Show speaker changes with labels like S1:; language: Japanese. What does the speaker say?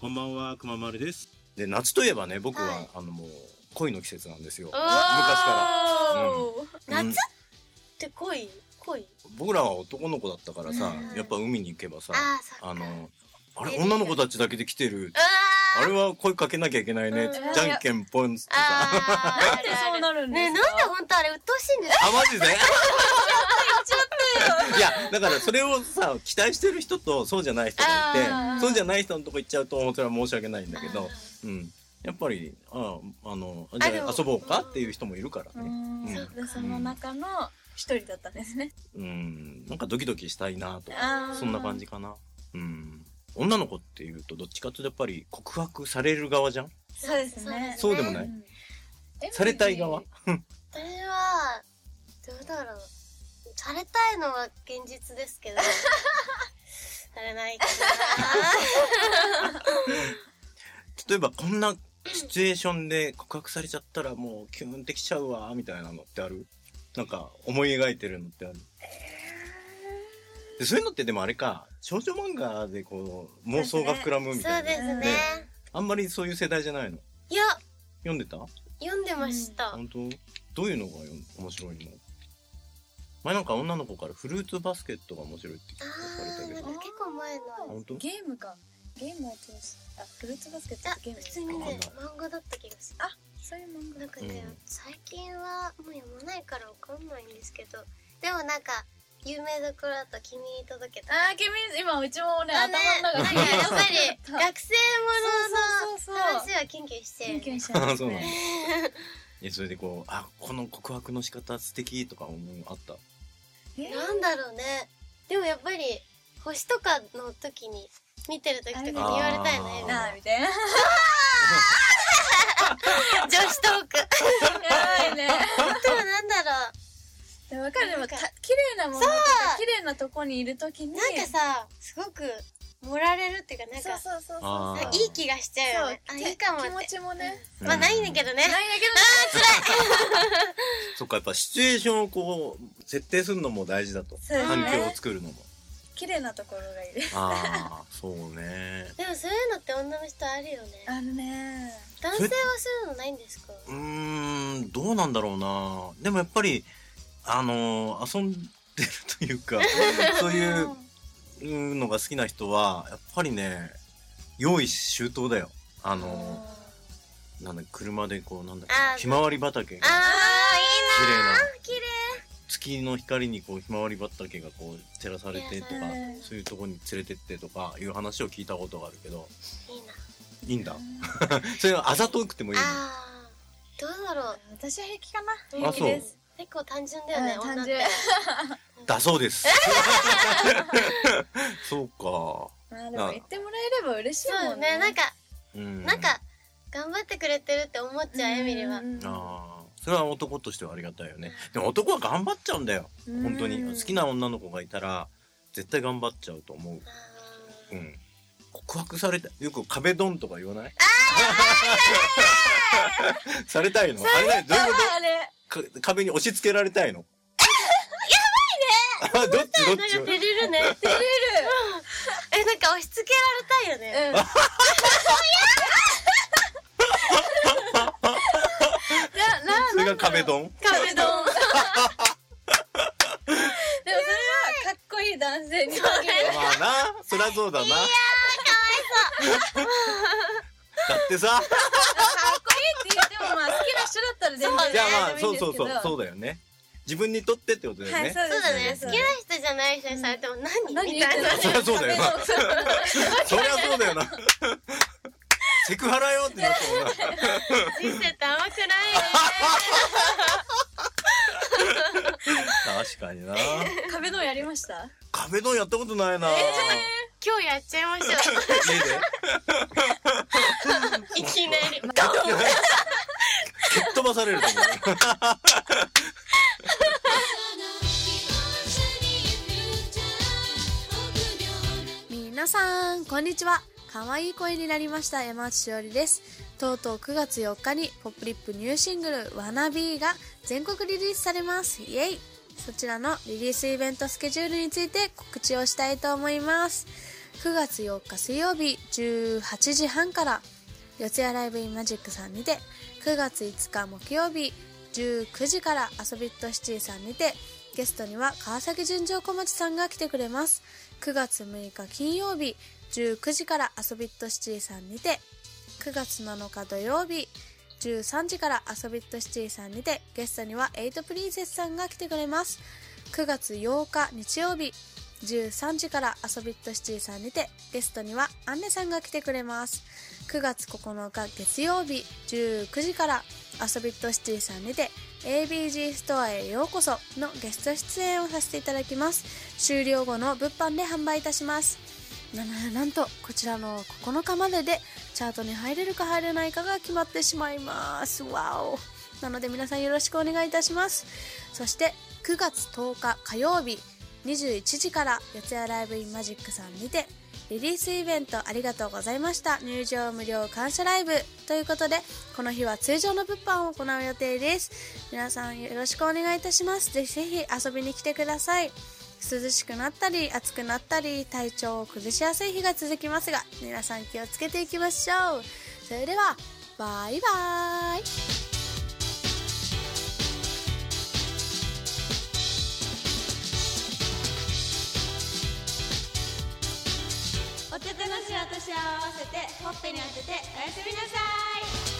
S1: こんばんは、くままるです。
S2: で夏といえばね僕は、
S3: はい
S2: あのもう恋の季節なんですよ
S4: おー
S2: から
S3: 夏
S2: うん
S3: って恋恋
S2: 僕らは男の子だったからさ、
S3: うん
S2: やっぱ海に行けばさ
S3: ああそっか
S2: あのあれ
S3: ね
S2: 女の子たちだけで来てる
S3: あ
S2: あれは声かけなきゃいけないね、
S4: うん
S2: じゃんけんぽんっつってさ
S3: あ
S4: なんでそうなるん
S3: ねえ
S4: で
S3: なん
S4: すか
S3: で本当あれ鬱陶しいんですか
S2: あマジでいやだからそれをさ期待してる人とそうじゃない人が
S3: あ
S2: い
S3: ー
S2: てそうじゃない人のとこ行っちゃうとそれは申し訳ないんだけど、うん、やっぱりああのじ
S3: あで
S2: ゃ
S3: も
S2: あ遊ぼうかっていう人もいるから
S4: う
S2: ねうん
S4: んでその中の一人だったんですね。
S2: うんなんかドキドキしたいなとか
S4: あー
S2: そんな感じかなうん女の子っていうとどっちかっていうとやっぱり告白される側じゃん
S4: そうですね。
S2: そうでもない
S4: ん
S2: されたい側。
S3: 私はどうだろうされたいのは現実ですけど されないか
S2: 例えばこんなシチュエーションで告白されちゃったらもうキュンってきちゃうわみたいなのってあるなんか思い描いてるのってあるでそういうのってでもあれか少女漫画でこう妄想が膨らむ
S3: な
S2: み
S3: そ
S2: た
S3: う
S2: いな、
S3: ですね
S2: ねあんまりそういう世代じゃないの
S3: いや
S2: 読んでた
S3: 読んでました、
S2: 本当どういうのがよ面白いの前なんか女の子からフルーツバスケットが面白いって聞
S3: あ
S2: かさ
S3: ー
S2: れた
S3: な
S2: け
S3: ん
S2: ど
S3: か結構前の
S2: 本当
S4: ゲームか。ゲームを通す。あ、フルーツバスケット
S3: あ
S4: ってゲーム
S3: 普
S4: で
S3: 通
S4: す
S3: に
S4: か
S2: わかん
S3: ね
S2: ない
S3: 漫画だった気がする
S4: そういう漫画。
S3: なんかね、
S2: うん
S3: 最近はもう読まないからわかんないんですけどでもなんか有名どころだと「君に届けた」
S4: あー、君、今、うちもね、
S3: あ
S4: 頭
S3: ね
S4: の中
S3: なんかやっぱり 学生
S4: そ
S3: ものの
S4: うそうそうそう
S3: 話はキュンキュンして
S4: キュンキュ
S3: る
S4: ンしちゃいます
S2: そうな
S4: ね
S2: の。えそれでこうあこの告白の仕方素敵とか思うあった
S4: えー
S3: なんだろうねでもやっぱり星とかの時に見てる時とかに言われたい
S2: あ
S3: ね
S2: ー
S4: なあみたいな。や
S3: 女子トーク
S4: ばいね。
S3: でもなんだろ
S4: でもわかるでも
S3: なんか
S4: た綺麗なものとか綺麗なとこにいるときに
S3: うなんかさすごく盛られるっていうかなん
S4: そう
S3: か
S4: そうそう
S2: あー
S4: そう
S3: いい気がしちゃうよねあ
S4: そう
S3: いいかも
S4: 気
S3: っ
S4: 持
S3: て
S4: ちもね
S3: まあないんだけどね
S4: ないだけ
S2: そっかやっぱシチュエーションをこう設定するのも大事だと
S4: そうです
S2: 環
S4: ね
S2: 境を作るのも
S4: ど綺麗なところがいる
S2: ああそうね
S3: でもそういうのって女の人あるよね
S4: あるね
S3: 男性はそういうのないんですか
S2: うーんどうなんだろうなでもやっぱりあのー遊んでるとい うかそういううんのが好きな人はやっぱりね用意周到だよあのーなんだ車でこうなんだっけ
S3: あ
S2: な
S3: ー
S2: ひまわり畑が
S3: あ
S2: 綺麗
S3: ー
S2: な
S3: いいな綺麗
S2: 月の光にこうひまわり畑がこう照らされてとか
S3: い
S4: やそう
S2: そういうとこに連れてってとかいう話を聞いたことがあるけど
S3: いいない
S2: いんだそれはあざとくてもいいの
S3: あーどうだろう
S4: 私は平気かな
S2: あ
S4: 平気です
S3: 結構単純だよね
S4: う
S3: 女
S4: ん
S3: っ
S4: 単
S3: て
S4: 純
S2: だそうですそうか
S4: まあでも言ってもらえれば嬉しい
S3: そう
S4: も
S3: よ
S4: ん
S3: ね
S4: ね
S3: なんか
S2: うん
S3: なんか頑張ってくれてるって思っちゃうエミリは
S2: あーそれは男としてはありがたいよねでも男は頑張っちゃうんだよ本当に好き
S4: な
S2: な女の子がいたら絶対頑張っちゃうと思
S3: あ
S2: ううん告白されたよく壁ドンとか言わない されたいのあれ何どういうこと
S4: あれ
S2: か壁に押し付けられたい のやばいねどっちど
S3: ー
S2: っ
S3: なんか
S2: ち
S3: 照れる ね照れるえなんか押し付けられ たいよね
S4: うんじゃあな
S2: それが壁ドン
S4: 壁ドンでもそれはかっこいい男性に限る
S2: まあなそりゃそうだなだってさ
S4: かっこいいって言ってもまあ好きな人だったら全然
S2: じゃあまあ
S4: 大丈
S2: そ
S4: 夫
S2: うそうそう
S4: い
S2: そうだよね自分にとってってことだよ
S4: いんですけどはい
S2: ね、
S4: そう
S3: そうだね
S4: です
S3: 好
S4: そう
S3: き
S4: で
S3: な人じゃない人にされても何
S4: 何
S3: みたいな
S2: そりゃそうだよな
S4: す壁ドン
S2: そりゃそうだよな セクハラよってなってもな
S3: 人生って 甘くないよね
S2: 確か にな
S4: 壁ドンやりました
S2: 壁ドンやったことないな、
S3: 今日やっちゃいましょう
S2: 家で
S3: いきなり
S2: 蹴っ飛ばされると思う
S3: 어,
S5: 皆さんこんにちは可愛い声になりました山内しおりですとうとう9月4日にポップリップニューシングル「わなびーが全国リリースされますイエイそちらのリリースイベントスケジュールについて告知をしたいと思います9月4日水曜日18時半から四谷ライブインマジックさんにて9月5日木曜日19時から遊びっとシティさんにてゲストには川崎純情小町さんが来てくれます9月6日金曜日19時から遊びっとシティさんにて9月7日土曜日13時から遊びっとシティさんにてゲストにはエイトプリンセスさんが来てくれます9月8日日曜日13時から遊びっとシティさんにてゲストにはアンネさんが来てくれます9月9日月曜日19時から遊びっとシティさんにて ABG ストアへようこそのゲスト出演をさせていただきます終了後の物販で販売いたしますなななんとこちらの9日まででチャートに入れるか入れないかが決まってしまいますわおなので皆さんよろしくお願いいたしますそして9月10日火曜日21時から四谷ライブインマジックさんにてリリースイベントありがとうございました入場無料感謝ライブということでこの日は通常の物販を行う予定です皆さんよろしくお願いいたしますぜひぜひ遊びに来てください涼しくなったり暑くなったり体調を崩しやすい日が続きますが皆さん気をつけていきましょうそれではバイバイ
S4: お手手のシワとシワを合わせてほっぺに当てておやすみなさい